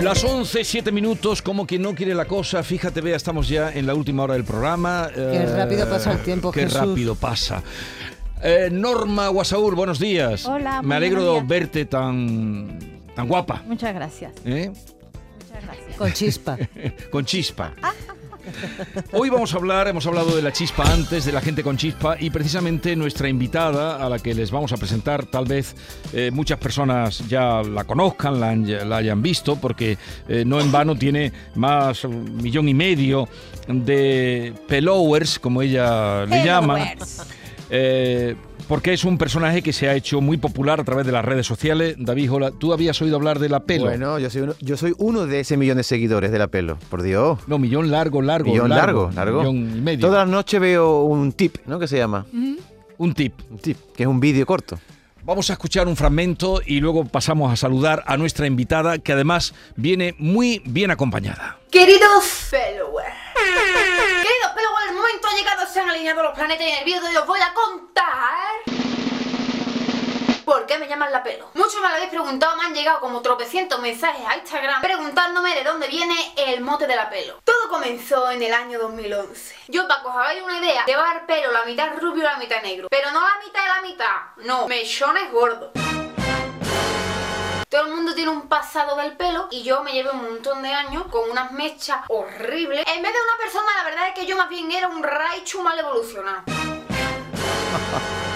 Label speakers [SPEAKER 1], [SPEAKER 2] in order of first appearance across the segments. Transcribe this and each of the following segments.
[SPEAKER 1] Las 11, 7 minutos, como quien no quiere la cosa. Fíjate, vea, estamos ya en la última hora del programa. Eh,
[SPEAKER 2] Qué rápido pasa el tiempo,
[SPEAKER 1] Qué
[SPEAKER 2] Jesús.
[SPEAKER 1] rápido pasa. Eh, Norma Guasaur, buenos días.
[SPEAKER 3] Hola,
[SPEAKER 1] Me
[SPEAKER 3] muy
[SPEAKER 1] alegro de
[SPEAKER 3] buenos días.
[SPEAKER 1] verte tan, tan guapa,
[SPEAKER 3] Muchas gracias,
[SPEAKER 1] ¿eh?
[SPEAKER 3] muchas gracias.
[SPEAKER 2] Con chispa.
[SPEAKER 1] con chispa. Hoy vamos a hablar, hemos hablado de la chispa antes, de la gente con chispa, y precisamente nuestra invitada, a la que les vamos a presentar, tal vez eh, muchas personas ya la conozcan, la, han- la hayan visto, porque eh, no en vano tiene más un millón y medio de pelowers, como ella le llama. Eh, porque es un personaje que se ha hecho muy popular a través de las redes sociales. David, hola, ¿tú habías oído hablar de la pelo?
[SPEAKER 4] Bueno, yo soy, uno, yo soy uno de ese millón de seguidores de la pelo, por Dios.
[SPEAKER 1] No, millón largo, largo.
[SPEAKER 4] Millón largo, largo.
[SPEAKER 1] Millón y medio.
[SPEAKER 4] Todas las noches veo un tip, ¿no? ¿Qué se llama?
[SPEAKER 1] Un tip.
[SPEAKER 4] Un tip, que es un vídeo corto.
[SPEAKER 1] Vamos a escuchar un fragmento y luego pasamos a saludar a nuestra invitada que además viene muy bien acompañada.
[SPEAKER 5] Queridos followers, queridos followers, el momento ha llegado, se han alineado los planetas y en el vídeo de hoy os voy a contar. ¿Por qué me llaman la pelo? Muchos me lo habéis preguntado, me han llegado como tropecientos mensajes a Instagram preguntándome de dónde viene el mote de la pelo. Todo comenzó en el año 2011. Yo, para que os hagáis una idea, llevar pelo la mitad rubio y la mitad negro. Pero no la mitad de la mitad, no, mechones gordos. Todo el mundo tiene un pasado del pelo y yo me llevo un montón de años con unas mechas horribles. En vez de una persona, la verdad es que yo más bien era un Raichu mal evolucionado.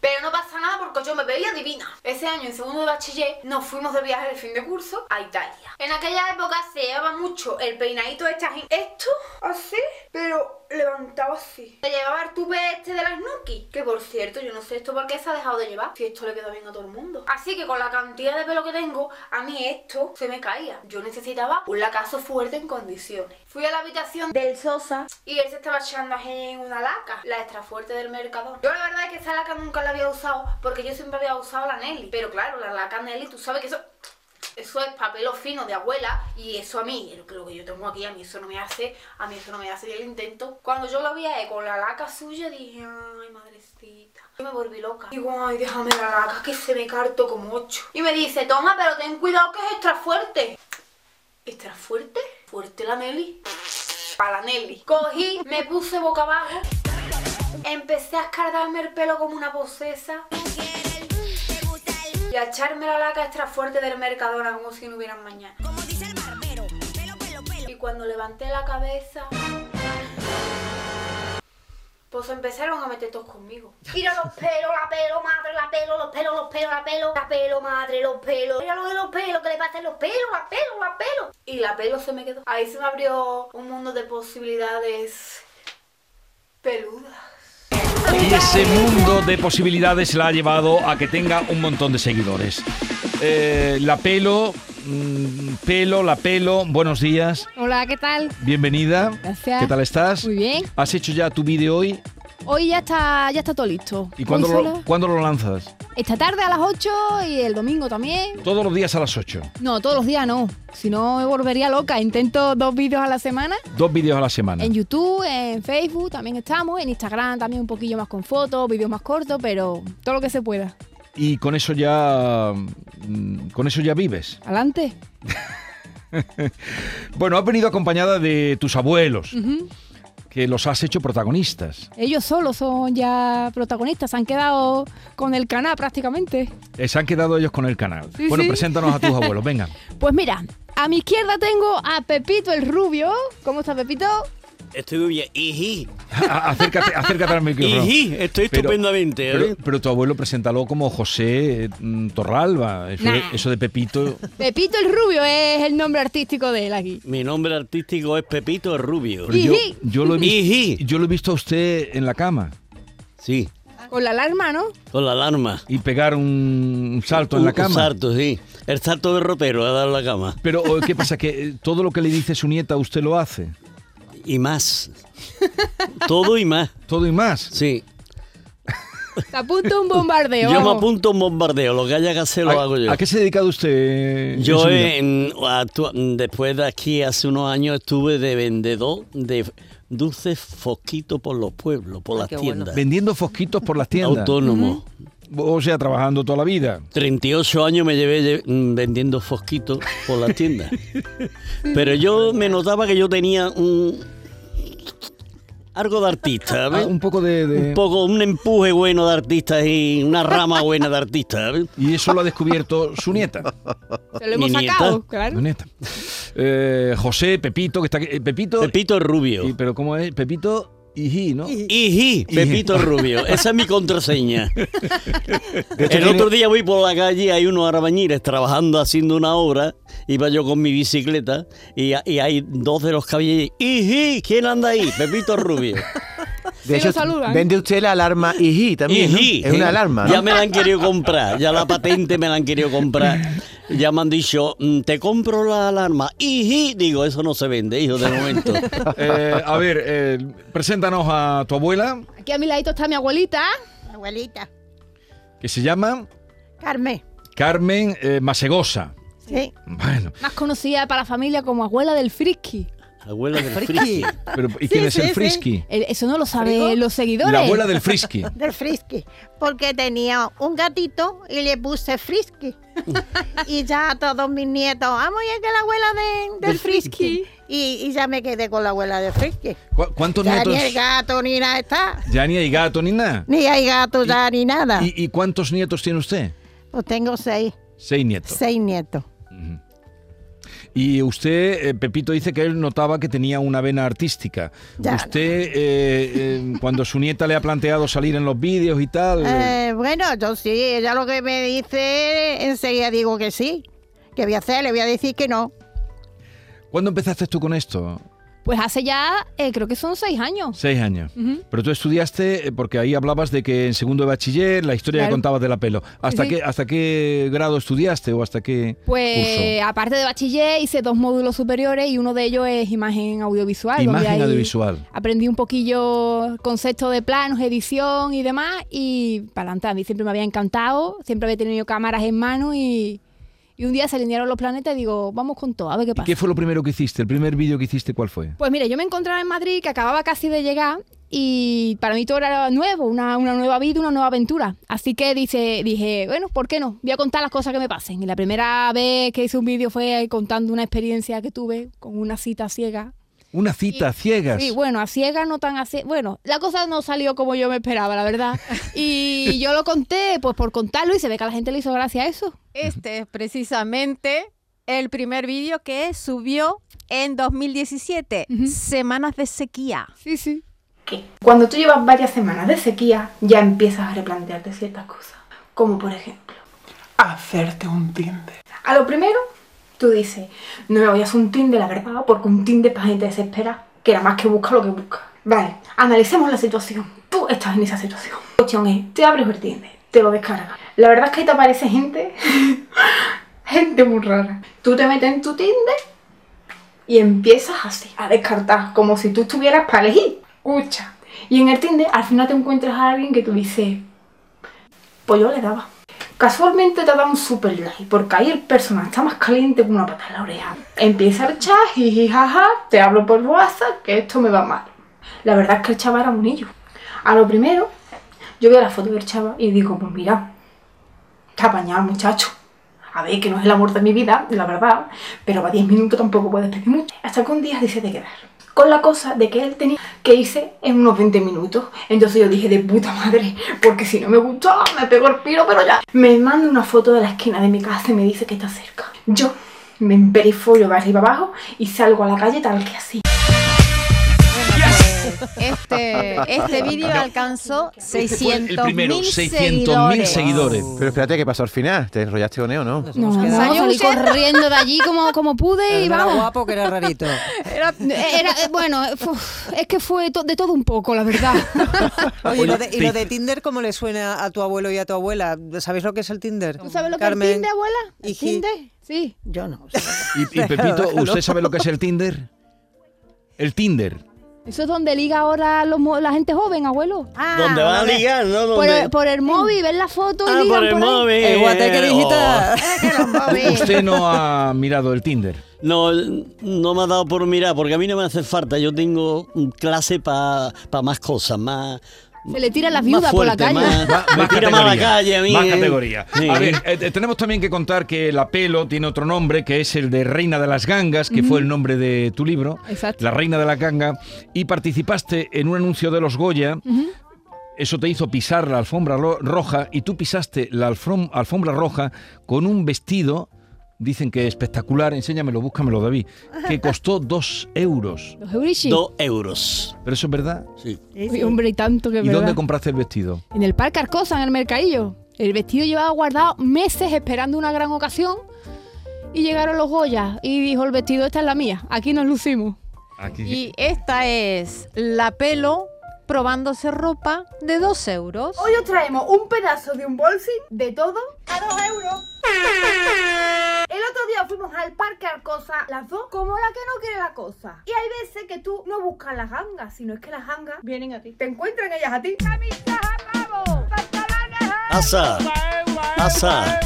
[SPEAKER 5] Pero no pasa nada porque yo me veía divina. Ese año, en segundo de bachiller, nos fuimos de viaje de fin de curso a Italia. En aquella época se llevaba mucho el peinadito de esta gente. Esto, así, pero levantado así. Se llevaba el tupe este de las Nuki. Que por cierto, yo no sé esto por qué se ha dejado de llevar. Si esto le queda bien a todo el mundo. Así que con la cantidad de pelo que tengo, a mí esto se me caía. Yo necesitaba un lacazo fuerte en condiciones. Fui a la habitación del Sosa y él se estaba echando así en una laca, la extra fuerte del mercado. Yo la verdad es que esa laca nunca la había usado porque yo siempre había usado la Nelly. Pero claro, la laca Nelly, tú sabes que eso. Eso es papelo fino de abuela y eso a mí, lo que- lo que yo tengo aquí, a mí eso no me hace, a mí eso no me hace ni el intento. Cuando yo la vi a él con la laca suya dije, ay madrecita, yo me volví loca. Digo, ay déjame la laca que se me carto como ocho. Y me dice, toma, pero ten cuidado que es extra fuerte. ¿Extra fuerte? Fuerte la Nelly. Para la Nelly. Cogí, me puse boca abajo, empecé a escardarme el pelo como una posesa y a echarme la laca extra fuerte del Mercadona como si no hubieran mañana. Y cuando levanté la cabeza, pues empezaron a meter todos conmigo. Mira los pelos, la pelo, madre, la pelo, los pelos, los pelos, la pelo, la pelo, madre, los pelos. Mira lo de los pelos, que le pasan los pelos, la pelo, la pelo. Y la pelo se me quedó. Ahí se me abrió un mundo de posibilidades peludas.
[SPEAKER 1] Y ese mundo de posibilidades la ha llevado a que tenga un montón de seguidores. Eh, la pelo, mm, pelo, la pelo, buenos días,
[SPEAKER 6] Hola, ¿qué tal?
[SPEAKER 1] bienvenida.
[SPEAKER 6] Gracias.
[SPEAKER 1] ¿Qué tal estás?
[SPEAKER 6] Muy bien.
[SPEAKER 1] ¿Has hecho ya tu vídeo hoy?
[SPEAKER 6] Hoy ya está, ya está todo listo.
[SPEAKER 1] ¿Y cuándo
[SPEAKER 6] Hoy
[SPEAKER 1] lo,
[SPEAKER 6] solo-
[SPEAKER 1] cuándo lo lanzas?
[SPEAKER 6] Esta tarde a las 8 y el domingo también.
[SPEAKER 1] Todos los días a las 8.
[SPEAKER 6] No, todos los días no. Si no, me volvería loca. Intento dos vídeos a la semana.
[SPEAKER 1] Dos vídeos a la semana.
[SPEAKER 6] En YouTube, en Facebook también estamos. En Instagram también un poquillo más con fotos, vídeos más cortos, pero todo lo que se pueda.
[SPEAKER 1] Y con eso ya. mm, Con eso ya vives.
[SPEAKER 6] Adelante.
[SPEAKER 1] Bueno, has venido acompañada de tus abuelos, que los has hecho protagonistas.
[SPEAKER 6] Ellos solos son ya protagonistas. Se han quedado con el canal prácticamente.
[SPEAKER 1] Eh, se han quedado ellos con el canal.
[SPEAKER 6] Sí,
[SPEAKER 1] bueno,
[SPEAKER 6] sí.
[SPEAKER 1] preséntanos a tus abuelos, venga.
[SPEAKER 6] Pues mira, a mi izquierda tengo a Pepito el Rubio. ¿Cómo está Pepito?
[SPEAKER 7] Estoy muy bien. Iji,
[SPEAKER 1] A- acércate, acércate al micrófono.
[SPEAKER 7] iji, estoy
[SPEAKER 1] Pero-
[SPEAKER 7] estupendamente. ¿eh?
[SPEAKER 1] Pero, pero tu abuelo preséntalo como José eh, mm, Torralba. Eso, de-
[SPEAKER 6] Nah.
[SPEAKER 1] eso de Pepito.
[SPEAKER 6] Pepito el Rubio es el nombre artístico de él aquí.
[SPEAKER 7] Mi nombre artístico es Pepito Rubio.
[SPEAKER 1] Pero yo,
[SPEAKER 6] Ijí.
[SPEAKER 1] yo lo he visto,
[SPEAKER 7] Ijí.
[SPEAKER 1] yo lo he visto a usted en la cama
[SPEAKER 7] Sí,
[SPEAKER 6] Con la alarma, ¿no?
[SPEAKER 7] con la alarma.
[SPEAKER 1] y pegar un un salto en la
[SPEAKER 7] Un
[SPEAKER 1] cama.
[SPEAKER 7] Sarto, sí. El salto de rotero a dar la cama.
[SPEAKER 1] Pero eh, ¿qué pasa? Que eh, todo lo que le dice su nieta usted lo hace.
[SPEAKER 7] Y más. Todo y más.
[SPEAKER 1] Todo y más.
[SPEAKER 7] Sí.
[SPEAKER 6] Te apunto un bombardeo.
[SPEAKER 7] Yo me
[SPEAKER 6] vamos.
[SPEAKER 7] apunto a un bombardeo. Lo que haya que hacer lo
[SPEAKER 1] ¿A,
[SPEAKER 7] hago yo.
[SPEAKER 1] a qué se ha dedicado usted? en
[SPEAKER 7] Yo
[SPEAKER 1] su vida?
[SPEAKER 7] en- actua- después de aquí hace unos años estuve de vendedor de dulces fosquitos por los pueblos, por
[SPEAKER 2] Ay,
[SPEAKER 7] las
[SPEAKER 2] qué bueno.
[SPEAKER 7] tiendas.
[SPEAKER 1] Vendiendo fosquitos por las tiendas.
[SPEAKER 7] Autónomo.
[SPEAKER 1] o sea, trabajando toda la vida.
[SPEAKER 7] 38 años me llevé lle- mm, vendiendo fosquitos por las tiendas. Pero yo me notaba que yo tenía un... Algo de artista,
[SPEAKER 1] Ah,
[SPEAKER 7] ¿ves?
[SPEAKER 1] un poco de... de-
[SPEAKER 7] Un poco, un empuje bueno de artistas y una rama buena de artistas, ¿ves?
[SPEAKER 1] Y eso lo ha descubierto su nieta.
[SPEAKER 6] Se lo hemos
[SPEAKER 7] Mi nieta.
[SPEAKER 6] sacado,
[SPEAKER 1] Su
[SPEAKER 6] claro.
[SPEAKER 1] nieta. Eh, José, Pepito, que está aquí. eh, Pepito.
[SPEAKER 7] Pepito Rubio.
[SPEAKER 1] y- pero ¿cómo es? Pepito y Ji, ¿no?
[SPEAKER 7] Iji, Pepito Rubio. Esa es mi contraseña. El otro día voy por la calle, hay unos arabañiles trabajando haciendo una obra. Iba yo con mi bicicleta y, y hay dos de los caballeros. Iji, ¿quién anda ahí? Pepito Rubio.
[SPEAKER 6] Sí, lo saludan.
[SPEAKER 4] vende usted la alarma IGI también, ¿no?
[SPEAKER 7] Iji.
[SPEAKER 4] Es una alarma,
[SPEAKER 7] Ya
[SPEAKER 4] ¿no?
[SPEAKER 7] me la han querido comprar, ya la patente me la han querido comprar. Ya me han dicho, "Mm, te compro la alarma. Iji, digo, eso no se vende, hijo, de momento.
[SPEAKER 1] Eh, a ver, eh, preséntanos a tu abuela,
[SPEAKER 6] Aquí a mi ladito está mi abuelita.
[SPEAKER 2] Abuelita.
[SPEAKER 1] que se llama
[SPEAKER 2] Carmen.
[SPEAKER 1] Carmen eh, Masegosa.
[SPEAKER 2] Sí.
[SPEAKER 1] Bueno,
[SPEAKER 6] Más conocida para la familia como abuela del frisky.
[SPEAKER 7] Abuela del friki.
[SPEAKER 1] pero ¿y quién
[SPEAKER 2] Sí,
[SPEAKER 1] es el
[SPEAKER 2] sí, sí.
[SPEAKER 1] Frisky?
[SPEAKER 6] El- Eso no lo
[SPEAKER 2] ¿Frigo?
[SPEAKER 6] saben los seguidores.
[SPEAKER 1] La abuela del Frisky.
[SPEAKER 2] Del frisky. Porque tenía un gatito y le puse frisky. y ya a todos mis nietos. Vamos a que la abuela de- del
[SPEAKER 6] Del
[SPEAKER 2] frisky.
[SPEAKER 6] frisky.
[SPEAKER 2] Y, y ya me quedé con la abuela del frisky.
[SPEAKER 1] ¿Cu- ¿Cuántos
[SPEAKER 2] Ya
[SPEAKER 1] nietos?
[SPEAKER 2] ni el gato ni nada está.
[SPEAKER 1] Ya ni hay gato ni nada.
[SPEAKER 2] Ni hay gato ya ni nada.
[SPEAKER 1] ¿Y, y cuántos nietos tiene usted?
[SPEAKER 2] Pues tengo seis.
[SPEAKER 1] Seis nietos.
[SPEAKER 2] Seis nietos.
[SPEAKER 1] Y usted, eh, Pepito, dice que él notaba que tenía una vena artística.
[SPEAKER 2] Ya.
[SPEAKER 1] Usted, eh, eh, cuando su nieta le ha planteado salir en los vídeos y tal... eh,
[SPEAKER 2] Eh, bueno, yo sí. Ella lo que me dice, enseguida digo que sí. ¿Qué voy a hacer? Le voy a decir que no.
[SPEAKER 1] ¿Cuándo empezaste tú con esto?
[SPEAKER 6] Pues hace ya, eh, creo que son seis años.
[SPEAKER 1] Seis años.
[SPEAKER 6] Ujú.
[SPEAKER 1] Pero tú estudiaste, eh, porque ahí hablabas de que en segundo de bachiller, la historia que
[SPEAKER 6] Claro.
[SPEAKER 1] contabas del apelo. ¿Hasta,
[SPEAKER 6] Sí.
[SPEAKER 1] qué, ¿Hasta qué grado estudiaste o hasta qué
[SPEAKER 6] Pues
[SPEAKER 1] curso?
[SPEAKER 6] aparte de bachiller hice dos módulos superiores y uno de ellos es imagen audiovisual. donde
[SPEAKER 1] Imagen
[SPEAKER 6] ahí
[SPEAKER 1] audiovisual.
[SPEAKER 6] Aprendí un poquillo concepto de planos, edición y demás y para adelante. A mí siempre me había encantado, siempre había tenido cámaras en mano y, y un día se alinearon los planetas y digo, vamos con todo, a ver qué
[SPEAKER 1] ¿Y
[SPEAKER 6] pasa.
[SPEAKER 1] qué fue lo primero que hiciste? ¿El primer vídeo que hiciste cuál fue?
[SPEAKER 6] Pues mire, yo me encontraba en Madrid, que acababa casi de llegar, y para mí todo era nuevo, una, una nueva vida, una nueva aventura. Así que dice, dije, bueno, ¿por qué no? Voy a contar las cosas que me pasen. Y la primera vez que hice un vídeo fue contando una experiencia que tuve con una cita ciega.
[SPEAKER 1] Una cita a ciegas.
[SPEAKER 6] Y bueno, a ciega no tan a cie- Bueno, la cosa no salió como yo me esperaba, la verdad. Y yo lo conté, pues por contarlo, y se ve que a la gente le hizo gracia eso.
[SPEAKER 3] Este es precisamente el primer vídeo que subió en 2017,
[SPEAKER 6] Ujú.
[SPEAKER 3] Semanas de Sequía.
[SPEAKER 6] Sí, sí.
[SPEAKER 5] que cuando tú llevas varias semanas de sequía, ya empiezas a replantearte ciertas cosas. Como por ejemplo,
[SPEAKER 8] hacerte un Tinder.
[SPEAKER 5] a lo primero, tú dices, no me voy a hacer un Tinder, la verdad, porque un Tinder para gente desesperada, que nada más que busca lo que busca. Vale, analicemos la situación. Tú estás en esa situación. La cuestión es, te abres el Tinder, te lo descargas. La verdad es que ahí te aparece gente, gente muy rara. Tú te metes en tu Tinder y empiezas así a descartar, como si tú estuvieras para elegir. Escucha. Y en el Tinder al final te encuentras a alguien que tú dices, pues yo le daba. Casualmente te da un super like, porque ahí el personal está más caliente que una pata en la oreja. Empieza el chat, jiji, jaja, te hablo por WhatsApp, que esto me va mal. La verdad es que el chaval era un niño. A lo primero, yo veo la foto del chaval y digo, pues mira, está apañado el muchacho. A ver, que no es el amor de mi vida, la verdad, pero a 10 minutos tampoco puedes pedir mucho. Hasta que un día dice de quedar. Con la cosa de que él tenía que irse en unos 20 minutos. Entonces yo dije, de puta madre, porque si no me gustó, me pegó el piro, pero ya. Me manda una foto de la esquina de mi casa y me dice que está cerca. Yo me emperifollo de arriba abajo y salgo a la calle tal que así.
[SPEAKER 3] Bueno, pues, este, este vídeo alcanzó
[SPEAKER 1] Este fue el
[SPEAKER 3] 600
[SPEAKER 1] primero,
[SPEAKER 3] mil
[SPEAKER 1] 600.000
[SPEAKER 3] seguidores.
[SPEAKER 1] seguidores.
[SPEAKER 4] Pero espérate, ¿qué pasó al final? ¿Te enrollaste con él o no?
[SPEAKER 6] No, no,
[SPEAKER 3] quedado-
[SPEAKER 6] salí corriendo de allí como, como pude
[SPEAKER 9] Pero
[SPEAKER 6] y
[SPEAKER 9] no era
[SPEAKER 6] vamos.
[SPEAKER 9] guapo que era rarito.
[SPEAKER 6] Era, era- eh, bueno, eh, fu- es que fue to- de todo un poco, la verdad.
[SPEAKER 9] Oye, ¿y lo, de, y lo de Tinder cómo le suena a tu abuelo y a tu abuela? ¿Sabéis lo que es el Tinder?
[SPEAKER 6] ¿Tú sabes lo que es
[SPEAKER 9] Carmen,
[SPEAKER 6] Tinder, abuela?
[SPEAKER 9] Hiji.
[SPEAKER 6] ¿Tinder? Sí.
[SPEAKER 9] Yo no.
[SPEAKER 1] Y, y, Pepito, ¿usted sabe lo que es el Tinder? El Tinder.
[SPEAKER 6] Eso es donde liga ahora los mo- la gente joven, abuelo.
[SPEAKER 2] Ah,
[SPEAKER 7] ¿Dónde va a
[SPEAKER 2] vale.
[SPEAKER 7] ligar? ¿No?
[SPEAKER 6] Por
[SPEAKER 7] ¿Dónde?
[SPEAKER 6] el, por el móvil, ver la foto y
[SPEAKER 7] Ah,
[SPEAKER 6] ligan
[SPEAKER 7] por el
[SPEAKER 6] ahí.
[SPEAKER 7] móvil.
[SPEAKER 9] Eh, guateque
[SPEAKER 7] eh,
[SPEAKER 9] digital.
[SPEAKER 2] Pues
[SPEAKER 1] Usted no ha mirado el Tinder.
[SPEAKER 7] oh. No, no me ha dado por mirar, porque a mí no me hace falta. Yo tengo mm, clase para más cosas, más
[SPEAKER 6] Se le tiran las viudas por la
[SPEAKER 7] fuerte,
[SPEAKER 6] calle.
[SPEAKER 7] más- me tira más a la calle a mí.
[SPEAKER 1] más
[SPEAKER 7] ¿eh?
[SPEAKER 1] categoría.
[SPEAKER 7] Sí.
[SPEAKER 1] A ver, eh, tenemos también que contar que el apelo tiene otro nombre, que es el de Reina de las Gangas, que fue el nombre de tu libro,
[SPEAKER 6] Exacto.
[SPEAKER 1] La Reina de la Ganga, y participaste en un anuncio de los Goya. Eso te hizo pisar la alfombra ro- roja y tú pisaste la alfom- alfombra roja con un vestido, dicen que espectacular, enséñamelo, búscamelo David, que costó dos euros.
[SPEAKER 6] Los Eurishi.
[SPEAKER 7] Dos euros.
[SPEAKER 1] ¿Pero eso es verdad?
[SPEAKER 7] Sí.
[SPEAKER 6] Uy, hombre, y tanto que
[SPEAKER 1] ¿Y
[SPEAKER 6] verdad.
[SPEAKER 1] dónde compraste el vestido?
[SPEAKER 6] En el Parque Arcosa, en el mercadillo. El vestido llevaba guardado meses esperando una gran ocasión. Y llegaron los Goya y dijo el vestido, esta es la mía, aquí nos lucimos.
[SPEAKER 1] Aquí.
[SPEAKER 3] Y esta es la pelo probándose ropa de 2 euros.
[SPEAKER 5] Hoy os traemos un pedazo de un bolsi de todo a dos euros. El otro día fuimos al parque Arcosa, las dos, como la que no quiere la cosa. Y hay veces que tú no buscas las gangas, sino es que las gangas vienen a ti. Te encuentran ellas a ti. ¡Camisas a pavo! ¡Pantalones a
[SPEAKER 7] Asa. Asa.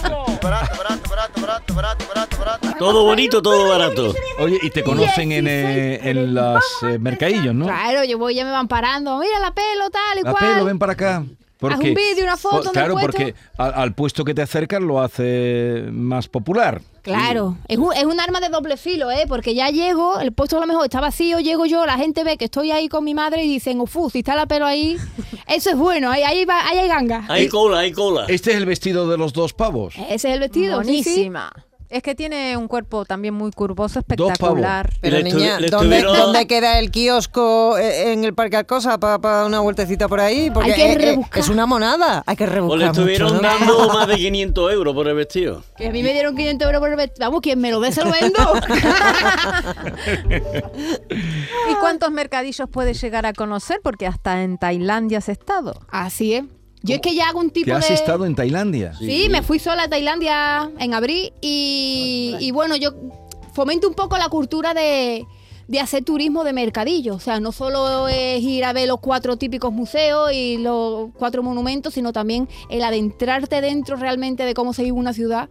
[SPEAKER 7] Todo bonito, todo barato.
[SPEAKER 1] Oye, y te conocen en, eh, en las eh, mercadillos, ¿no?
[SPEAKER 6] Claro, yo voy, ya me van parando, mira la pelo, tal y
[SPEAKER 1] La
[SPEAKER 6] cual.
[SPEAKER 1] pelo, ven para acá.
[SPEAKER 6] Haz un vídeo, una foto,
[SPEAKER 1] po-
[SPEAKER 6] un
[SPEAKER 1] Claro,
[SPEAKER 6] encuentro.
[SPEAKER 1] porque al, al puesto que te acercas lo hace más popular.
[SPEAKER 6] Claro, es un, es un arma de doble filo, ¿eh? Porque ya llego, el puesto a lo mejor está vacío, llego yo, la gente ve que estoy ahí con mi madre y dicen, ufu, si está la pelo ahí, eso es bueno, ahí, ahí, va, ahí hay ganga.
[SPEAKER 1] Eh,
[SPEAKER 7] Hay cola, hay cola.
[SPEAKER 1] Este es el vestido de los dos pavos.
[SPEAKER 6] Ese es el vestido, sí, sí.
[SPEAKER 3] Buenísima. Es que tiene un cuerpo también muy curvoso,
[SPEAKER 1] pavos.
[SPEAKER 3] espectacular.
[SPEAKER 9] Pero
[SPEAKER 7] Le estu-
[SPEAKER 9] niña,
[SPEAKER 7] le
[SPEAKER 9] ¿dónde,
[SPEAKER 7] estuvieron-
[SPEAKER 9] dónde queda el kiosco eh, en el Parque Arcosa para una vueltecita por ahí? Porque
[SPEAKER 6] Hay que
[SPEAKER 9] eh, eh,
[SPEAKER 6] rebuscar.
[SPEAKER 9] es una monada. Hay que
[SPEAKER 7] O
[SPEAKER 9] rebuscar.
[SPEAKER 7] Pues le
[SPEAKER 9] mucho, ¿no?
[SPEAKER 7] estuvieron dando más de 500 euros por el vestido.
[SPEAKER 6] Que a mí me dieron 500 euros por el vestido. Vamos, quien me lo ve se lo vendo.
[SPEAKER 3] ¿Y
[SPEAKER 1] Ah.
[SPEAKER 3] cuántos mercadillos puedes llegar a conocer? Porque hasta en Tailandia has estado.
[SPEAKER 6] Así es. Yo es que ya hago un tipo
[SPEAKER 1] Que has
[SPEAKER 6] de...
[SPEAKER 1] estado en Tailandia.
[SPEAKER 6] Sí, me fui sola a Tailandia en abril y, y bueno, yo fomento un poco la cultura de, de hacer turismo de mercadillo. O sea, no solo es ir a ver los cuatro típicos museos y los cuatro monumentos, sino también el adentrarte dentro realmente de cómo se vive una ciudad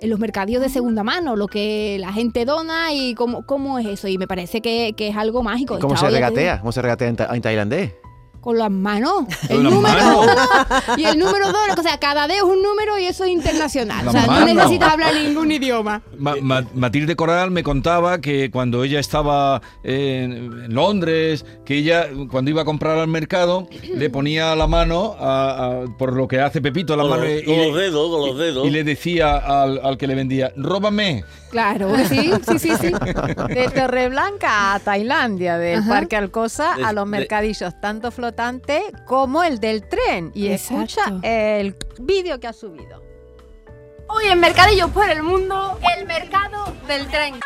[SPEAKER 6] en los mercadillos de segunda mano, lo que la gente dona y cómo, cómo es eso. Y me parece que, que es algo mágico.
[SPEAKER 4] ¿Cómo
[SPEAKER 6] Estaba
[SPEAKER 4] se
[SPEAKER 6] ya te digo,
[SPEAKER 4] regatea? ¿Cómo se regatea en, ta- en tailandés?
[SPEAKER 6] Con las manos.
[SPEAKER 1] Con
[SPEAKER 6] El
[SPEAKER 1] las
[SPEAKER 6] número
[SPEAKER 1] manos.
[SPEAKER 6] uno y el número dos. O sea, cada D es un número y eso es internacional.
[SPEAKER 1] Las
[SPEAKER 6] o sea, no
[SPEAKER 1] manos.
[SPEAKER 6] necesitas hablar ningún idioma.
[SPEAKER 1] Ma-
[SPEAKER 7] Eh,
[SPEAKER 1] Ma- Matilde Coral me contaba que cuando ella estaba en, en Londres, que ella cuando iba a comprar al mercado le ponía la mano a- a- por lo que hace Pepito, la
[SPEAKER 7] Con
[SPEAKER 1] mano
[SPEAKER 7] los-
[SPEAKER 1] y-
[SPEAKER 7] con
[SPEAKER 1] y-
[SPEAKER 7] los dedos, con los
[SPEAKER 1] y-
[SPEAKER 7] dedos.
[SPEAKER 1] Y le decía al, al que le vendía, róbame.
[SPEAKER 6] Claro, que sí, sí, sí, sí.
[SPEAKER 3] De Torreblanca a Tailandia, del
[SPEAKER 6] Ajá.
[SPEAKER 3] Parque Alcosa a
[SPEAKER 7] De-
[SPEAKER 3] los
[SPEAKER 7] de-
[SPEAKER 3] mercadillos, tanto flotante como el del tren. Y
[SPEAKER 6] Exacto.
[SPEAKER 3] escucha el vídeo que ha subido.
[SPEAKER 5] Hoy en Mercadillos por el Mundo, el mercado del tren.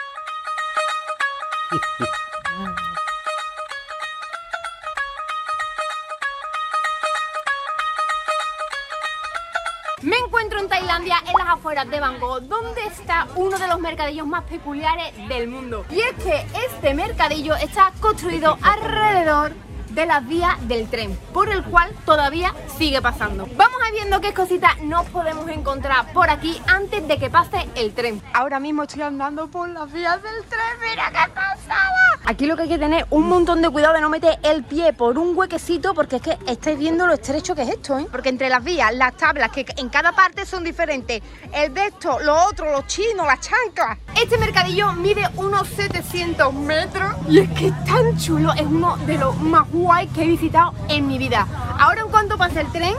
[SPEAKER 5] Me encuentro en Tailandia, en las afueras de Bangkok, donde está uno de los mercadillos más peculiares del mundo. Y es que este mercadillo está construido alrededor de las vías del tren, por el cual todavía sigue pasando. Vamos a viendo qué cositas nos podemos encontrar por aquí antes de que pase el tren. Ahora mismo estoy andando por las vías del tren, mira qué pasada. Aquí lo que hay que tener un montón de cuidado de no meter el pie por un huequecito porque es que estáis viendo lo estrecho que es esto, ¿eh? Porque entre las vías, las tablas que en cada parte son diferentes, el de esto, lo otro, los chinos, las chanclas. Este mercadillo mide unos 700 metros y es que es tan chulo, es uno de los más guay que he visitado en mi vida. Ahora en cuanto pase el tren,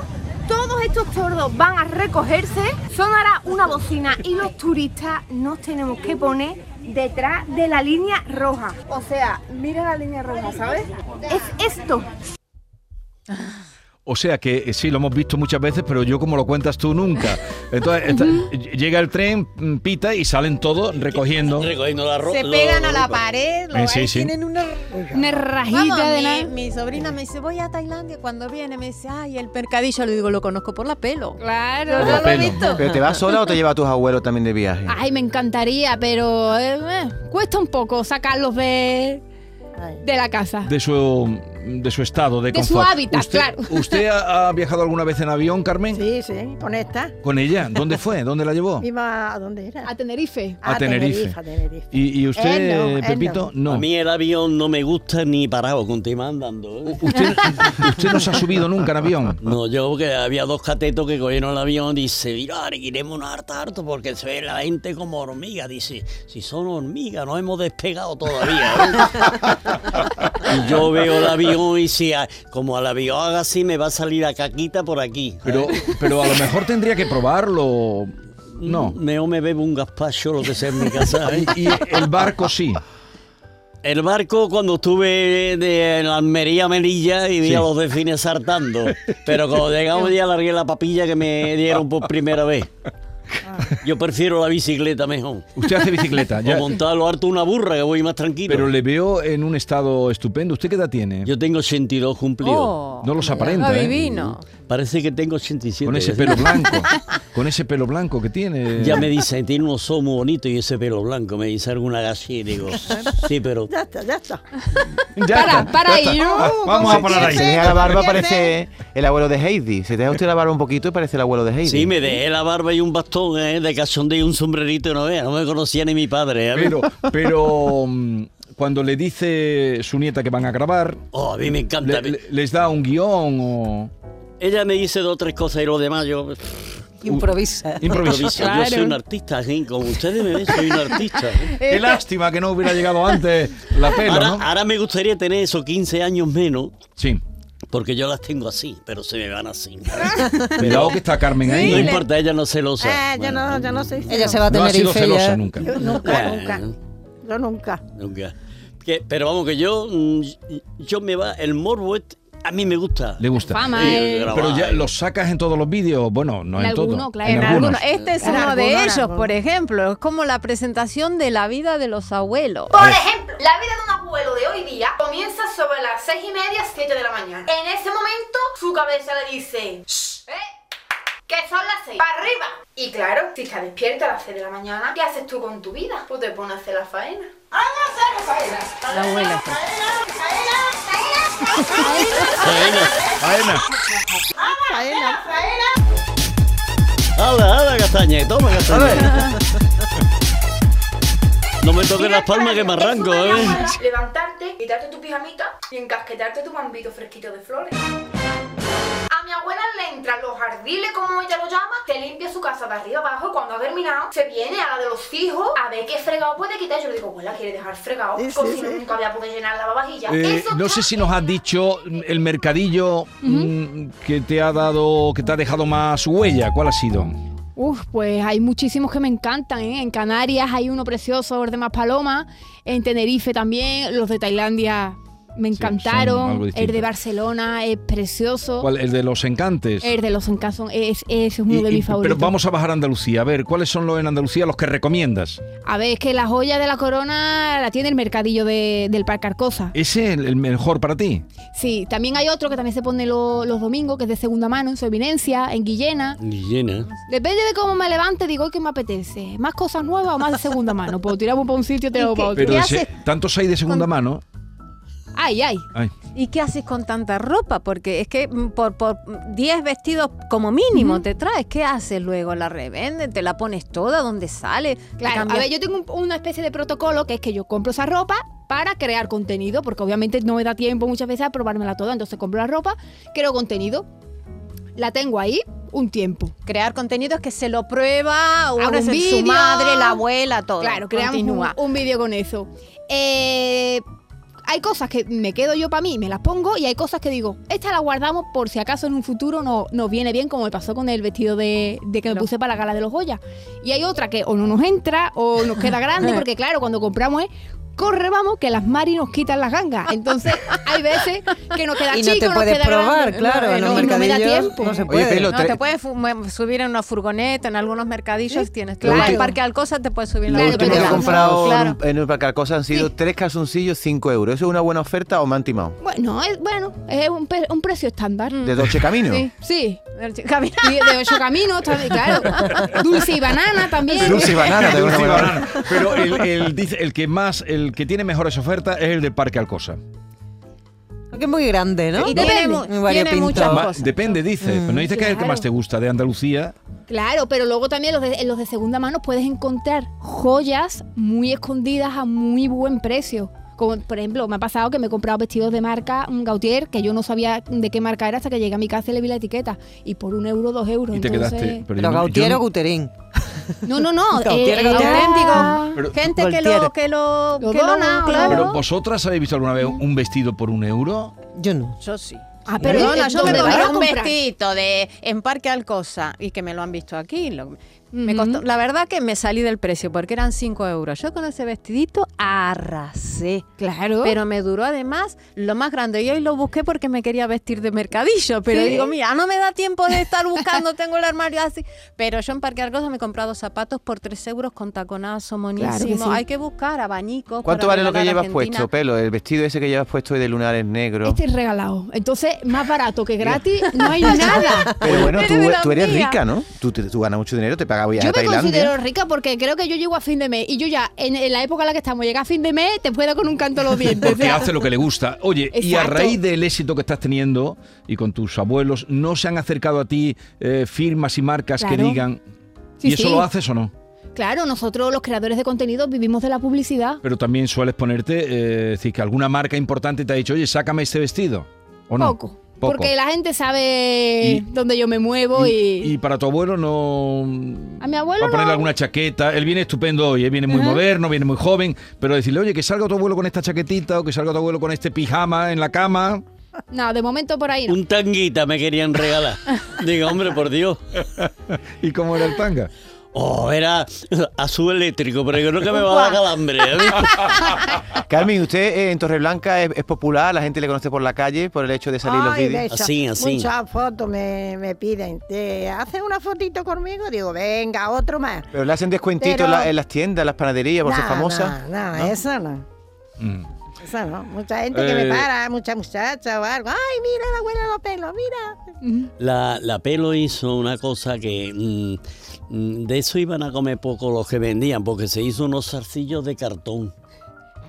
[SPEAKER 5] todos estos tordos van a recogerse, sonará una bocina y los turistas nos tenemos que poner detrás de la línea roja. O sea, mira la línea roja, ¿sabes? Es esto.
[SPEAKER 1] O sea que eh, sí, lo hemos visto muchas veces, pero yo como lo cuentas tú nunca. Entonces, esta- ll- llega el tren, mm, pita y salen todos recogiendo.
[SPEAKER 7] Recogiendo la ropa.
[SPEAKER 10] Se pegan a la pared, lo-
[SPEAKER 1] Eh, sí,
[SPEAKER 10] ahí
[SPEAKER 1] sí.
[SPEAKER 10] tienen una...
[SPEAKER 6] Una rajita
[SPEAKER 3] Vamos,
[SPEAKER 6] de
[SPEAKER 3] mi,
[SPEAKER 6] nada.
[SPEAKER 3] mi sobrina me dice, voy a Tailandia. Cuando viene me dice, ay, el mercadillo. Le digo, lo conozco por la pelo.
[SPEAKER 6] Claro.
[SPEAKER 1] Por la pelo.
[SPEAKER 4] ¿Pero te vas sola o te llevas a tus abuelos también de viaje?
[SPEAKER 6] Ay, me encantaría, pero eh, eh, cuesta un poco sacarlos de, de la casa.
[SPEAKER 1] De su de su estado, de,
[SPEAKER 6] De su
[SPEAKER 1] confort.
[SPEAKER 6] hábitat,
[SPEAKER 1] ¿Usted,
[SPEAKER 6] claro.
[SPEAKER 1] ¿Usted ha, ha viajado alguna vez en avión, Carmen?
[SPEAKER 2] Sí, sí, con esta.
[SPEAKER 1] ¿Con ella? ¿Dónde fue? ¿Dónde la llevó?
[SPEAKER 2] Iba a dónde era.
[SPEAKER 6] A Tenerife.
[SPEAKER 1] a Tenerife.
[SPEAKER 2] A Tenerife.
[SPEAKER 1] ¿Y, y
[SPEAKER 2] Él no,
[SPEAKER 1] usted,
[SPEAKER 2] él no.
[SPEAKER 1] Pepito? No.
[SPEAKER 7] A mí el avión no me gusta ni parado, con te mandando. ¿eh?
[SPEAKER 1] ¿Usted, usted no se ha subido nunca en avión.
[SPEAKER 7] No, yo porque había dos catetos que cogieron el avión, dice, mira, ahora iremos un harta harto porque se ve la gente como hormiga. Dice, si son hormigas, no hemos despegado todavía. ¿eh?". y yo veo el avión y si a- como al avión haga así, me va a salir a caquita por aquí.
[SPEAKER 1] Pero, pero a lo mejor tendría que probarlo. No.
[SPEAKER 7] Me, o me bebo un gazpacho, lo que sea en mi casa. ¿eh?
[SPEAKER 1] Y el barco sí.
[SPEAKER 7] El barco cuando estuve de en la Almería a Melilla y vi
[SPEAKER 1] Sí.
[SPEAKER 7] a los delfines saltando. Pero cuando llegamos ya largué la papilla que me dieron por primera vez. Yo prefiero la bicicleta mejor.
[SPEAKER 1] Usted hace bicicleta. ya.
[SPEAKER 7] O montar a lo harto una burra que voy más tranquilo.
[SPEAKER 1] Pero le veo en un estado estupendo. ¿Usted qué edad tiene?
[SPEAKER 7] Yo tengo 82 cumplidos.
[SPEAKER 3] Oh.
[SPEAKER 1] No los aparenta, ¿eh?
[SPEAKER 3] Adivino.
[SPEAKER 7] Parece que tengo 87.
[SPEAKER 1] Con ese pelo blanco. Con ese pelo blanco que tiene.
[SPEAKER 7] Ya me dicen, tiene unos ojos muy bonitos y ese pelo blanco. Me dice alguna gasilla y digo, sí, pero
[SPEAKER 2] Ya está, ya está.
[SPEAKER 1] Ya
[SPEAKER 6] Para,
[SPEAKER 1] está,
[SPEAKER 6] para
[SPEAKER 1] ya está.
[SPEAKER 6] ahí, ¿no?
[SPEAKER 1] Ah, Vamos a parar
[SPEAKER 4] Se
[SPEAKER 1] ahí.
[SPEAKER 2] Sí.
[SPEAKER 4] deja la barba,
[SPEAKER 2] Pierde.
[SPEAKER 4] parece el abuelo de Heidi. Se deja usted la barba un poquito y parece el abuelo de Heidi.
[SPEAKER 7] Sí, me dejé la barba y un bastón eh, de cachondeo y un sombrerito, no vea, no me conocía ni mi padre. ¿eh?
[SPEAKER 1] Pero, pero mm, cuando le dice su nieta que van a grabar,
[SPEAKER 7] Oh, a mí me encanta.
[SPEAKER 1] le- le- les da un guión o.
[SPEAKER 7] Ella me dice dos o tres cosas y lo demás yo pff,
[SPEAKER 9] Improvisa.
[SPEAKER 1] Improviso.
[SPEAKER 7] improviso. Yo soy un artista, ¿sí? como ustedes me ven, soy un artista. ¿eh?
[SPEAKER 1] Qué lástima que no hubiera llegado antes la pelo,
[SPEAKER 7] Ahora,
[SPEAKER 1] ¿no?
[SPEAKER 7] ahora me gustaría tener esos 15 años menos,
[SPEAKER 1] Sí.
[SPEAKER 7] porque yo las tengo así, pero se me van así.
[SPEAKER 2] Ah,
[SPEAKER 1] Cuidado que está Carmen ahí.
[SPEAKER 7] no
[SPEAKER 1] ¿eh?
[SPEAKER 7] importa, ella no se lo sabe.
[SPEAKER 2] Eh, yo no, yo no soy
[SPEAKER 9] Ella se
[SPEAKER 2] celosa.
[SPEAKER 9] va a
[SPEAKER 1] No ha
[SPEAKER 9] Tenerife.
[SPEAKER 1] sido celosa
[SPEAKER 9] ya.
[SPEAKER 1] nunca.
[SPEAKER 2] Yo nunca, nunca. Yo nunca.
[SPEAKER 7] Nunca. Que- pero vamos, que yo, mm, yo me va, el morbo este, a mí me gusta.
[SPEAKER 1] Le gusta.
[SPEAKER 6] Fama,
[SPEAKER 7] Y
[SPEAKER 6] eh.
[SPEAKER 7] grabar.
[SPEAKER 1] Pero ya los sacas en todos los vídeos. Bueno, no
[SPEAKER 6] En
[SPEAKER 1] en,
[SPEAKER 6] alguno,
[SPEAKER 1] todos.
[SPEAKER 6] claro.
[SPEAKER 1] En
[SPEAKER 6] En
[SPEAKER 1] algunos.
[SPEAKER 3] Bueno, este es
[SPEAKER 2] En
[SPEAKER 3] uno
[SPEAKER 2] alguno,
[SPEAKER 3] de
[SPEAKER 2] en
[SPEAKER 3] ellos,
[SPEAKER 2] alguno.
[SPEAKER 3] por ejemplo. Es como la presentación de la vida de los abuelos.
[SPEAKER 5] Por ejemplo, la vida de un abuelo de hoy día comienza sobre las seis y media, 7 de la mañana. En ese momento, su cabeza le dice, "Shh, ¿eh? Que son las seis, para arriba. Y claro, si estás despierta a las 6 de la mañana, ¿qué haces tú con tu vida? Pues te pones a hacer la faena.
[SPEAKER 3] La abuela.
[SPEAKER 7] Faena.
[SPEAKER 1] Faena.
[SPEAKER 2] Faena.
[SPEAKER 7] ¡Hala, hala, castaña! ¡Toma, castaña! No me toques las palmas que me arranco,
[SPEAKER 5] Es una
[SPEAKER 7] ¿eh?
[SPEAKER 5] llamada, Levantarte, quitarte tu pijamita y encasquetarte tu bambito fresquito de flores. A mi abuela le entran los jardiles, como ella lo llama, se limpia su casa de arriba abajo y cuando ha terminado, se viene a la de los hijos a ver qué fregado puede quitar. Yo le digo, abuela, ¿quiere dejar fregado?
[SPEAKER 2] Sí, sí,
[SPEAKER 5] Como si
[SPEAKER 2] sí.
[SPEAKER 5] nunca había podido llenar la babajilla.
[SPEAKER 1] Eh,
[SPEAKER 5] Eso
[SPEAKER 1] no
[SPEAKER 5] está-
[SPEAKER 1] sé si nos has dicho el mercadillo mm, que te ha dado, que te ha dejado más huella. ¿Cuál ha sido?
[SPEAKER 6] Uf, pues hay muchísimos que me encantan, ¿eh? En Canarias hay uno precioso, de más paloma, en Tenerife también, los de Tailandia me
[SPEAKER 1] Sí, son algo
[SPEAKER 6] encantaron, el
[SPEAKER 1] distinto.
[SPEAKER 6] de Barcelona es precioso,
[SPEAKER 1] ¿Cuál, el de los encantes.
[SPEAKER 6] el de los Encanson es, ese es
[SPEAKER 1] Y-
[SPEAKER 6] Oh. uno de
[SPEAKER 1] y-
[SPEAKER 6] mis favoritos.
[SPEAKER 1] Pero vamos a bajar a Andalucía. A ver, ¿cuáles son los en Andalucía los que recomiendas?
[SPEAKER 6] A ver, es que la joya de la corona la tiene el mercadillo de- del Parque Arcosa.
[SPEAKER 1] ¿Ese es el, el mejor para ti?
[SPEAKER 6] Sí, también hay otro que también se pone lo- los domingos, que es de segunda mano, en Sovinencia, en Guillena.
[SPEAKER 7] Llena.
[SPEAKER 6] Depende de cómo me levante, digo, ¿qué me apetece? ¿Más cosas nuevas o más de segunda mano? Puedo tirarme para un sitio y tirarme para otro.
[SPEAKER 1] Pero
[SPEAKER 3] ¿Qué
[SPEAKER 1] de se-
[SPEAKER 3] haces?
[SPEAKER 1] tantos hay de segunda mano.
[SPEAKER 6] Ay, ay.
[SPEAKER 1] Ay.
[SPEAKER 3] ¿Y qué haces con tanta ropa? Porque es que mm, por por 10 vestidos como mínimo te traes. ¿Qué haces luego? ¿La revenden? ¿Te la pones toda? ¿Dónde sale? ¿Te
[SPEAKER 6] Claro, a
[SPEAKER 3] cambias?
[SPEAKER 6] ver, yo tengo un- una especie de protocolo que es que yo compro esa ropa para crear contenido, porque obviamente no me da tiempo muchas veces a probármela toda, entonces compro la ropa, creo contenido, la tengo ahí un tiempo.
[SPEAKER 3] Crear contenidos que se lo prueba
[SPEAKER 6] Hago
[SPEAKER 3] uno es
[SPEAKER 6] un
[SPEAKER 3] el- su
[SPEAKER 6] vídeo.
[SPEAKER 3] madre, la abuela, todo.
[SPEAKER 6] Claro, creamos un,
[SPEAKER 3] Continúa.
[SPEAKER 6] un vídeo con eso. Eh, hay cosas que me quedo yo para mí, me las pongo, y hay cosas que digo, esta la guardamos por si acaso en un futuro no, nos viene bien, como me pasó con el vestido de, de que me
[SPEAKER 3] Lo-
[SPEAKER 6] puse para la gala de los Goya. Y hay otra que o no nos entra o nos queda grande, porque claro, cuando compramos es. Corre, vamos, que las Mari nos quitan las gangas. Entonces, hay veces que nos queda
[SPEAKER 9] Y no
[SPEAKER 6] chico,
[SPEAKER 9] te
[SPEAKER 6] nos
[SPEAKER 9] puedes
[SPEAKER 6] queda
[SPEAKER 9] probar,
[SPEAKER 6] grande.
[SPEAKER 9] claro.
[SPEAKER 6] No,
[SPEAKER 9] en
[SPEAKER 6] no,
[SPEAKER 9] los
[SPEAKER 6] y no me da
[SPEAKER 9] mercadillos
[SPEAKER 6] tiempo.
[SPEAKER 9] No se
[SPEAKER 6] Oye,
[SPEAKER 9] puede.
[SPEAKER 4] Pelo,
[SPEAKER 3] No,
[SPEAKER 4] tre-
[SPEAKER 3] te puedes fu- mu- subir en una furgoneta, en algunos mercadillos tienes.
[SPEAKER 6] Lo
[SPEAKER 3] Claro, en
[SPEAKER 6] último-
[SPEAKER 3] Parque Alcosa te puedes subir en
[SPEAKER 4] Lo
[SPEAKER 3] la
[SPEAKER 6] Claro,
[SPEAKER 4] último que
[SPEAKER 6] pero
[SPEAKER 4] he
[SPEAKER 6] la-
[SPEAKER 4] comprado
[SPEAKER 3] Claro.
[SPEAKER 4] en un- en un Parcarcosa han sido tres calzoncillos, 5 euros. ¿Eso es una buena oferta o me han timado?
[SPEAKER 6] Bueno, es, bueno, es un, pe- un precio estándar.
[SPEAKER 4] ¿De Dolce Camino?
[SPEAKER 6] Mm. Sí, sí.
[SPEAKER 3] El chi- Camina-
[SPEAKER 6] Y de ocho caminos, también, claro. Dulce y banana también.
[SPEAKER 4] Dulce y banana. de
[SPEAKER 1] Dulce
[SPEAKER 4] alguna
[SPEAKER 1] y
[SPEAKER 4] manera.
[SPEAKER 1] banana. Pero el, el dice- el que más, el que tiene mejores ofertas es el del Parque Alcosa.
[SPEAKER 9] Que porque es muy grande, ¿no?
[SPEAKER 3] Y tiene, mu-
[SPEAKER 9] Muy variopinto.
[SPEAKER 3] tiene muchas
[SPEAKER 1] Ma-
[SPEAKER 3] cosas.
[SPEAKER 1] Depende, dice. Pero no dice que es el que
[SPEAKER 6] Claro.
[SPEAKER 1] más te gusta de Andalucía.
[SPEAKER 6] Claro, pero luego también los de, en los de segunda mano puedes encontrar joyas muy escondidas a muy buen precio. Como, por ejemplo, me ha pasado que me he comprado vestidos de marca un Gautier que yo no sabía de qué marca era hasta que llegué a mi casa y le vi la etiqueta. Y por un euro, dos euros.
[SPEAKER 1] Y te
[SPEAKER 6] entonces-
[SPEAKER 1] quedaste. Pero yo
[SPEAKER 9] Pero
[SPEAKER 1] no- yo
[SPEAKER 9] Gautier
[SPEAKER 1] no-
[SPEAKER 9] o Guterín.
[SPEAKER 6] No, no, no.
[SPEAKER 9] Gautier,
[SPEAKER 6] eh,
[SPEAKER 9] Gautier.
[SPEAKER 6] auténtico.
[SPEAKER 1] pero-
[SPEAKER 3] Gente que
[SPEAKER 9] Voltier.
[SPEAKER 3] lo, que lo,
[SPEAKER 6] Lo
[SPEAKER 3] que lo-
[SPEAKER 6] dona,
[SPEAKER 3] claro.
[SPEAKER 1] pero vosotras habéis visto alguna vez un vestido por un euro.
[SPEAKER 9] Yo no.
[SPEAKER 3] Yo sí.
[SPEAKER 6] Ah, pero
[SPEAKER 3] Perdona,
[SPEAKER 6] ¿eh?
[SPEAKER 3] yo me
[SPEAKER 6] ¿dónde vas
[SPEAKER 3] compré
[SPEAKER 6] a
[SPEAKER 3] un
[SPEAKER 6] comprar?
[SPEAKER 3] vestidito de Emparque Alcosa y que me lo han visto aquí. lo- me
[SPEAKER 6] Ujú.
[SPEAKER 3] costó- la verdad que me salí del precio porque eran 5 euros. Yo con ese vestidito arrasé.
[SPEAKER 6] Claro.
[SPEAKER 3] Pero me duró además lo más grande. Y hoy lo busqué porque me quería vestir de mercadillo. Pero
[SPEAKER 6] Sí.
[SPEAKER 3] digo, mira, no me da tiempo de estar buscando, tengo el armario así. Pero yo en Parque Argosa me he comprado zapatos por 3 euros con taconazo, monísimo.
[SPEAKER 6] Claro que sí.
[SPEAKER 3] Hay que buscar abanicos.
[SPEAKER 4] ¿Cuánto
[SPEAKER 3] para
[SPEAKER 4] vale lo que
[SPEAKER 3] regalar a
[SPEAKER 4] llevas
[SPEAKER 3] Argentina.
[SPEAKER 4] puesto, pelo? El vestido ese que llevas puesto hoy de lunares negros.
[SPEAKER 6] este es regalado. Entonces, más barato que gratis, no hay nada.
[SPEAKER 4] Pero bueno,
[SPEAKER 3] Eres
[SPEAKER 4] tú,
[SPEAKER 3] de la
[SPEAKER 4] tú eres
[SPEAKER 3] hormiga.
[SPEAKER 4] rica, ¿no? Tú, te- tú ganas mucho dinero, te pagas viajes
[SPEAKER 6] Yo
[SPEAKER 4] a
[SPEAKER 6] me
[SPEAKER 4] Tailandia.
[SPEAKER 6] considero rica porque creo que yo llego a fin de mes y yo ya, en, en la época en la que estamos, llega a fin de mes, te puedo dar con un canto a los dientes. o
[SPEAKER 1] Porque
[SPEAKER 6] sea,
[SPEAKER 1] hace lo que le gusta. Oye, y a
[SPEAKER 6] Exacto.
[SPEAKER 1] raíz del éxito que estás teniendo y con tus abuelos, ¿no se han acercado a ti eh, firmas y marcas que
[SPEAKER 6] Claro.
[SPEAKER 1] digan.
[SPEAKER 6] Sí,
[SPEAKER 1] ¿Y eso
[SPEAKER 6] sí.
[SPEAKER 1] lo haces o no?
[SPEAKER 6] Claro, nosotros los creadores de contenido vivimos de la publicidad.
[SPEAKER 1] Pero también sueles ponerte, eh, decir, que alguna marca importante te ha dicho, oye, sácame este vestido. ¿O no?
[SPEAKER 6] Poco, Porque la gente sabe
[SPEAKER 1] Y-
[SPEAKER 6] dónde yo me muevo y.
[SPEAKER 1] Y, y para tu abuelo no.
[SPEAKER 6] A mi abuelo
[SPEAKER 1] Va a ponerle
[SPEAKER 6] no.
[SPEAKER 1] alguna chaqueta. Él viene estupendo hoy, él viene muy moderno, viene muy joven. Pero decirle, oye, que salga tu abuelo con esta chaquetita o que salga tu abuelo con este pijama en la cama.
[SPEAKER 6] No, de momento por ahí no.
[SPEAKER 7] Un tanguita me querían regalar. Digo, hombre, por Dios.
[SPEAKER 1] ¿Y cómo era el tanga?
[SPEAKER 7] Oh, era azul eléctrico, pero yo creo que me va a dar calambre. ¿eh?
[SPEAKER 4] Carmen, usted eh, en Torreblanca es, es popular, la gente le conoce por la calle por el hecho de salir los
[SPEAKER 2] Ay, de
[SPEAKER 4] vídeos.
[SPEAKER 2] esas,
[SPEAKER 7] Así, así.
[SPEAKER 2] Muchas fotos me, me piden. ¿Te haces una fotito conmigo? Digo, venga, otro más.
[SPEAKER 4] Pero le hacen descuentitos
[SPEAKER 2] Pero-
[SPEAKER 4] en la- en las tiendas, las panaderías, por ser famosa.
[SPEAKER 2] No, no, eso no.
[SPEAKER 1] Mm.
[SPEAKER 2] Eso no. Mucha gente que me
[SPEAKER 1] Eh.
[SPEAKER 2] para, mucha muchacha o algo. Ay, mira la abuela de los pelos, mira.
[SPEAKER 7] La, la Pelo hizo una cosa que mm, mm, de eso iban a comer poco los que vendían, porque se hizo unos zarcillos de cartón.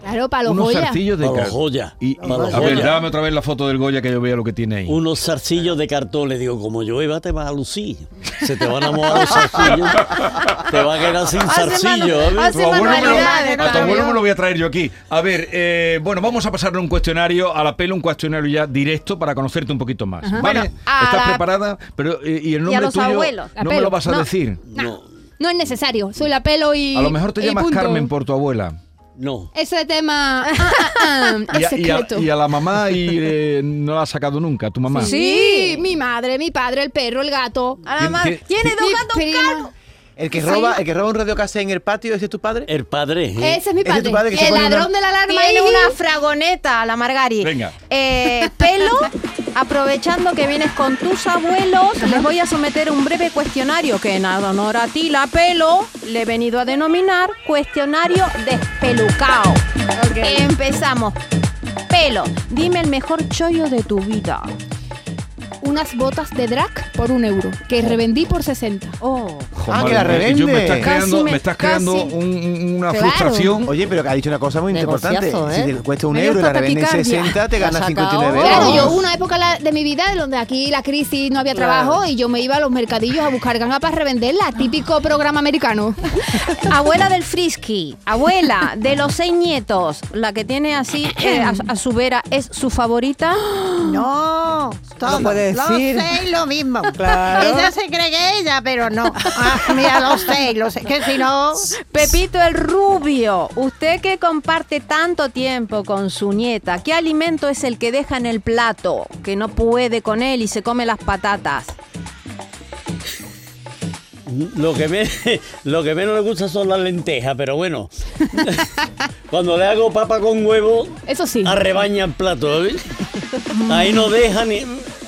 [SPEAKER 6] Claro, para los
[SPEAKER 1] Unos
[SPEAKER 6] joyas.
[SPEAKER 1] zarcillos de
[SPEAKER 7] Para los
[SPEAKER 1] car-
[SPEAKER 7] joyas.
[SPEAKER 1] Y,
[SPEAKER 7] Para los
[SPEAKER 1] a ver,
[SPEAKER 7] joyas.
[SPEAKER 1] dame otra vez la foto del Goya que yo vea lo que tiene ahí.
[SPEAKER 7] Unos zarcillos de cartón. Le digo, como llueva te vas a lucir. Se te van a mojar los zarcillos. te va a quedar sin
[SPEAKER 3] Hace
[SPEAKER 7] zarcillo.
[SPEAKER 3] manu-
[SPEAKER 7] ¿eh?
[SPEAKER 3] hace
[SPEAKER 1] Tu abuelo me lo-
[SPEAKER 3] manualidades,
[SPEAKER 1] a tu abuelo
[SPEAKER 3] Fabio.
[SPEAKER 1] me lo voy a traer yo aquí. A ver, eh, bueno, vamos a pasarle un cuestionario, a la pelo un cuestionario ya directo para conocerte un poquito más. ¿Vale?
[SPEAKER 3] Bueno, a
[SPEAKER 1] ¿Estás
[SPEAKER 3] la-
[SPEAKER 1] preparada? Pero, eh, ¿Y el nombre
[SPEAKER 3] los
[SPEAKER 1] tuyo?
[SPEAKER 3] abuelos.
[SPEAKER 6] La
[SPEAKER 1] No me lo
[SPEAKER 6] Pelo,
[SPEAKER 1] vas a
[SPEAKER 6] no.
[SPEAKER 1] decir.
[SPEAKER 7] No,
[SPEAKER 6] No es necesario. Soy la pelo y.
[SPEAKER 1] A lo mejor te
[SPEAKER 6] y
[SPEAKER 1] llamas
[SPEAKER 6] punto.
[SPEAKER 1] Carmen por tu abuela.
[SPEAKER 7] no.
[SPEAKER 6] Ese tema ah, ah,
[SPEAKER 1] Y
[SPEAKER 6] ah, es
[SPEAKER 1] a, y a-
[SPEAKER 6] secreto.
[SPEAKER 1] y a la mamá y, eh, no la ha sacado nunca, tu mamá.
[SPEAKER 6] Sí, mi madre, mi padre, el perro, el gato.
[SPEAKER 3] A la
[SPEAKER 1] Tien-
[SPEAKER 3] madre.
[SPEAKER 1] tien-
[SPEAKER 3] Tiene dos
[SPEAKER 6] Mi
[SPEAKER 3] gatos
[SPEAKER 6] prima.
[SPEAKER 3] caros.
[SPEAKER 4] El que roba, el que roba un radiocasete en el patio, ¿ese es tu padre?
[SPEAKER 7] El padre. ¿eh?
[SPEAKER 6] Ese es mi
[SPEAKER 4] Ese es
[SPEAKER 6] padre.
[SPEAKER 4] tu padre que se
[SPEAKER 6] el
[SPEAKER 4] pone una-
[SPEAKER 6] ladrón de la alarma. ahí.
[SPEAKER 3] Tiene una fragoneta a la Margari.
[SPEAKER 1] Venga.
[SPEAKER 3] Eh, pelo, aprovechando que vienes con tus abuelos, les voy a someter un breve cuestionario que en honor a ti, la pelo, le he venido a denominar cuestionario despelucao. Empezamos. Pelo, dime el mejor chollo de tu vida.
[SPEAKER 6] unas botas de drag por un euro, que revendí por 60.
[SPEAKER 3] Oh.
[SPEAKER 1] Jo,
[SPEAKER 4] Ah,
[SPEAKER 1] madre
[SPEAKER 4] que
[SPEAKER 1] mía,
[SPEAKER 4] la
[SPEAKER 1] yo me estás
[SPEAKER 4] revende.
[SPEAKER 1] creando,
[SPEAKER 3] Casi
[SPEAKER 1] me,
[SPEAKER 3] me-
[SPEAKER 1] estás creando
[SPEAKER 3] casi.
[SPEAKER 1] un- una
[SPEAKER 6] Claro.
[SPEAKER 1] frustración.
[SPEAKER 4] Oye, pero que ha dicho una cosa muy importante.
[SPEAKER 9] Negociazo,
[SPEAKER 4] Si
[SPEAKER 9] ¿eh?
[SPEAKER 4] te cuesta un
[SPEAKER 3] Me dio
[SPEAKER 4] euro y la
[SPEAKER 3] hasta
[SPEAKER 4] revenden
[SPEAKER 3] taquicardia.
[SPEAKER 4] 60, te
[SPEAKER 3] La
[SPEAKER 4] ganas
[SPEAKER 3] saca
[SPEAKER 4] 59 euros.
[SPEAKER 3] ahora.
[SPEAKER 6] Claro, yo hubo una época la- de mi vida en donde aquí la crisis no había trabajo y yo me iba a los mercadillos a buscar ganga para revenderla, típico programa americano.
[SPEAKER 3] Abuela del frisky, abuela de los seis nietos, la que tiene así eh, a, a su vera es su favorita.
[SPEAKER 6] ¡Ah!
[SPEAKER 2] No, todo,
[SPEAKER 9] puede decir.
[SPEAKER 2] los seis lo mismo.
[SPEAKER 9] Claro.
[SPEAKER 2] Ella se cree que ella, pero no. Ah, mira, los seis, los seis, que si no...
[SPEAKER 3] Pepito el rubio, usted que comparte tanto tiempo con su nieta, ¿qué alimento es el que deja en el plato que no puede con él y se come las patatas?
[SPEAKER 7] Lo que, me, lo que menos le gusta son las lentejas, pero bueno. Cuando le hago papa con huevo,
[SPEAKER 6] Eso sí.
[SPEAKER 7] arrebaña el plato. ¿eh? Ahí no deja ni.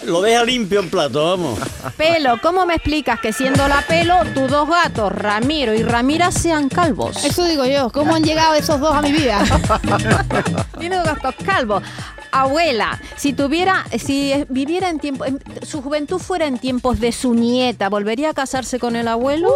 [SPEAKER 7] Lo deja limpio el plato, vamos.
[SPEAKER 3] Pelo, ¿cómo me explicas que siendo la pelo tus dos gatos, Ramiro y Ramira, sean calvos?
[SPEAKER 6] Eso digo yo, ¿cómo han llegado esos dos a mi vida?
[SPEAKER 3] Tiene dos gatos calvos. Abuela, si tuviera, si eh, viviera en tiempo, en- su juventud fuera en tiempos de su nieta, ¿volvería a casarse con el abuelo?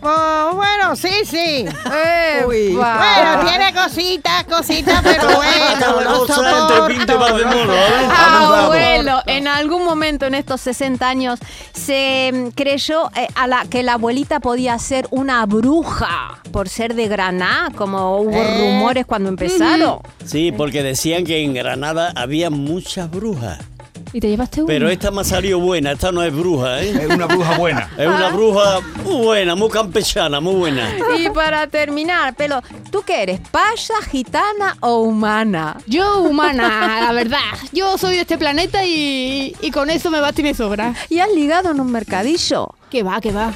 [SPEAKER 2] Pues bueno, sí, sí.
[SPEAKER 3] Eh,
[SPEAKER 9] Uy.
[SPEAKER 3] va.
[SPEAKER 2] Bueno, tiene cositas, cositas, Ah. pero bueno,
[SPEAKER 7] Una
[SPEAKER 2] lo
[SPEAKER 7] cosa entre pinto y
[SPEAKER 2] soporto.
[SPEAKER 7] par de mono, ¿eh?
[SPEAKER 3] Ah,
[SPEAKER 4] Vamos, vamos.
[SPEAKER 3] Abuelo, en algún momento en estos 60 años se mm, creyó eh, a la, que la abuelita podía ser una bruja por ser de Granada, como hubo
[SPEAKER 2] Eh.
[SPEAKER 3] rumores cuando empezaron.
[SPEAKER 7] Sí, porque decían que en Granada había muchas brujas.
[SPEAKER 6] Y te llevaste uno.
[SPEAKER 7] Pero esta me ha salido buena, esta no es bruja, ¿eh?
[SPEAKER 1] Es una bruja buena.
[SPEAKER 7] Es
[SPEAKER 6] Ah.
[SPEAKER 7] una bruja muy buena, muy campechana, muy buena.
[SPEAKER 3] Y para terminar, Pelo, ¿tú qué eres? ¿Paya, gitana o humana?
[SPEAKER 6] Yo, humana, la verdad. Yo soy de este planeta y, y con eso me basta y me sobra.
[SPEAKER 3] ¿Y has ligado en un mercadillo?
[SPEAKER 6] Que va, que va.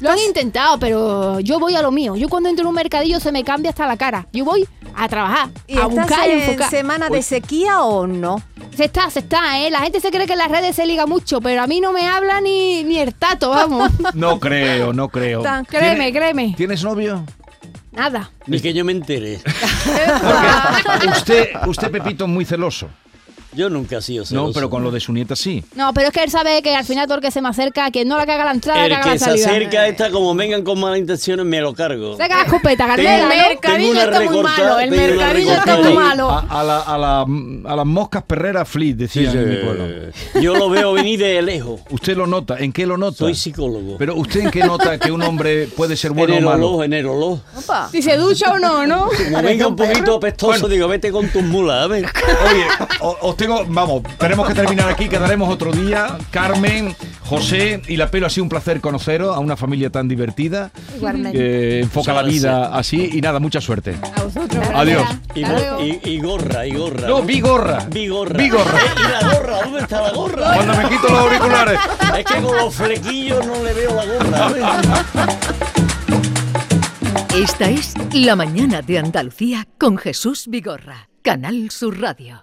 [SPEAKER 6] Lo han intentado, pero yo voy a lo mío. Yo cuando entro en un mercadillo se me cambia hasta la cara. Yo voy a trabajar,
[SPEAKER 3] ¿Y
[SPEAKER 6] a
[SPEAKER 3] estás
[SPEAKER 6] buscar y
[SPEAKER 3] en
[SPEAKER 6] enfocar.
[SPEAKER 3] semana de sequía o no?
[SPEAKER 6] Se está, se está, ¿eh? La gente se cree que en las redes se liga mucho, pero a mí no me habla ni, ni el tato, vamos.
[SPEAKER 1] No creo, no creo.
[SPEAKER 3] Tan-
[SPEAKER 6] créeme, créeme.
[SPEAKER 1] ¿Tienes novio?
[SPEAKER 6] Nada.
[SPEAKER 7] Ni que yo me entere.
[SPEAKER 1] Porque usted, usted Pepito, es muy celoso.
[SPEAKER 7] Yo nunca he sido celoso.
[SPEAKER 1] No, pero con lo de su nieta sí.
[SPEAKER 6] No, pero es que él sabe que al final todo el que se me acerca, que no la caga la entrada, la
[SPEAKER 7] El
[SPEAKER 6] caga
[SPEAKER 7] que
[SPEAKER 6] la
[SPEAKER 7] se
[SPEAKER 6] salida.
[SPEAKER 7] acerca esta, como vengan con malas intenciones, me lo cargo.
[SPEAKER 6] Saca la escopeta,
[SPEAKER 7] Tengo-
[SPEAKER 6] Carmela, ¿no?
[SPEAKER 7] tengo una recortada- tengo una recortada ahí.
[SPEAKER 1] A, a la- a la- a las moscas perreras flit, decían en mi pueblo.
[SPEAKER 7] Yo lo veo venir de lejos.
[SPEAKER 1] ¿Usted lo nota? ¿En qué lo nota?
[SPEAKER 7] Soy psicólogo.
[SPEAKER 1] Pero ¿usted en qué nota que un hombre puede ser bueno o
[SPEAKER 7] en el
[SPEAKER 1] malo?
[SPEAKER 7] olor, en el olor.
[SPEAKER 3] Opa.
[SPEAKER 6] Si se ducha o no, ¿no?
[SPEAKER 7] Como venga un poquito apestoso, digo, vete con tus mulas, a ver.
[SPEAKER 1] Oye, o- os tengo, vamos, tenemos que terminar aquí, quedaremos otro día. Carmen, José y la pelo, ha sido un placer conoceros a una familia tan divertida.
[SPEAKER 2] Igualmente.
[SPEAKER 1] que enfoca la
[SPEAKER 7] Muchas
[SPEAKER 1] vida así y nada, mucha suerte.
[SPEAKER 6] A vosotros.
[SPEAKER 1] Adiós.
[SPEAKER 7] Y,
[SPEAKER 6] Hasta
[SPEAKER 7] go-
[SPEAKER 6] luego.
[SPEAKER 7] y- y gorra, y gorra.
[SPEAKER 1] No, Vigorra.
[SPEAKER 7] Vigorra.
[SPEAKER 1] Vigorra.
[SPEAKER 7] Eh, ¿Y la gorra? ¿Dónde está la gorra?
[SPEAKER 1] Cuando me quito los auriculares.
[SPEAKER 7] Es que con los flequillos no le veo la gorra. a ver.
[SPEAKER 10] Esta es La Mañana de Andalucía con Jesús Vigorra, Canal Sur Radio.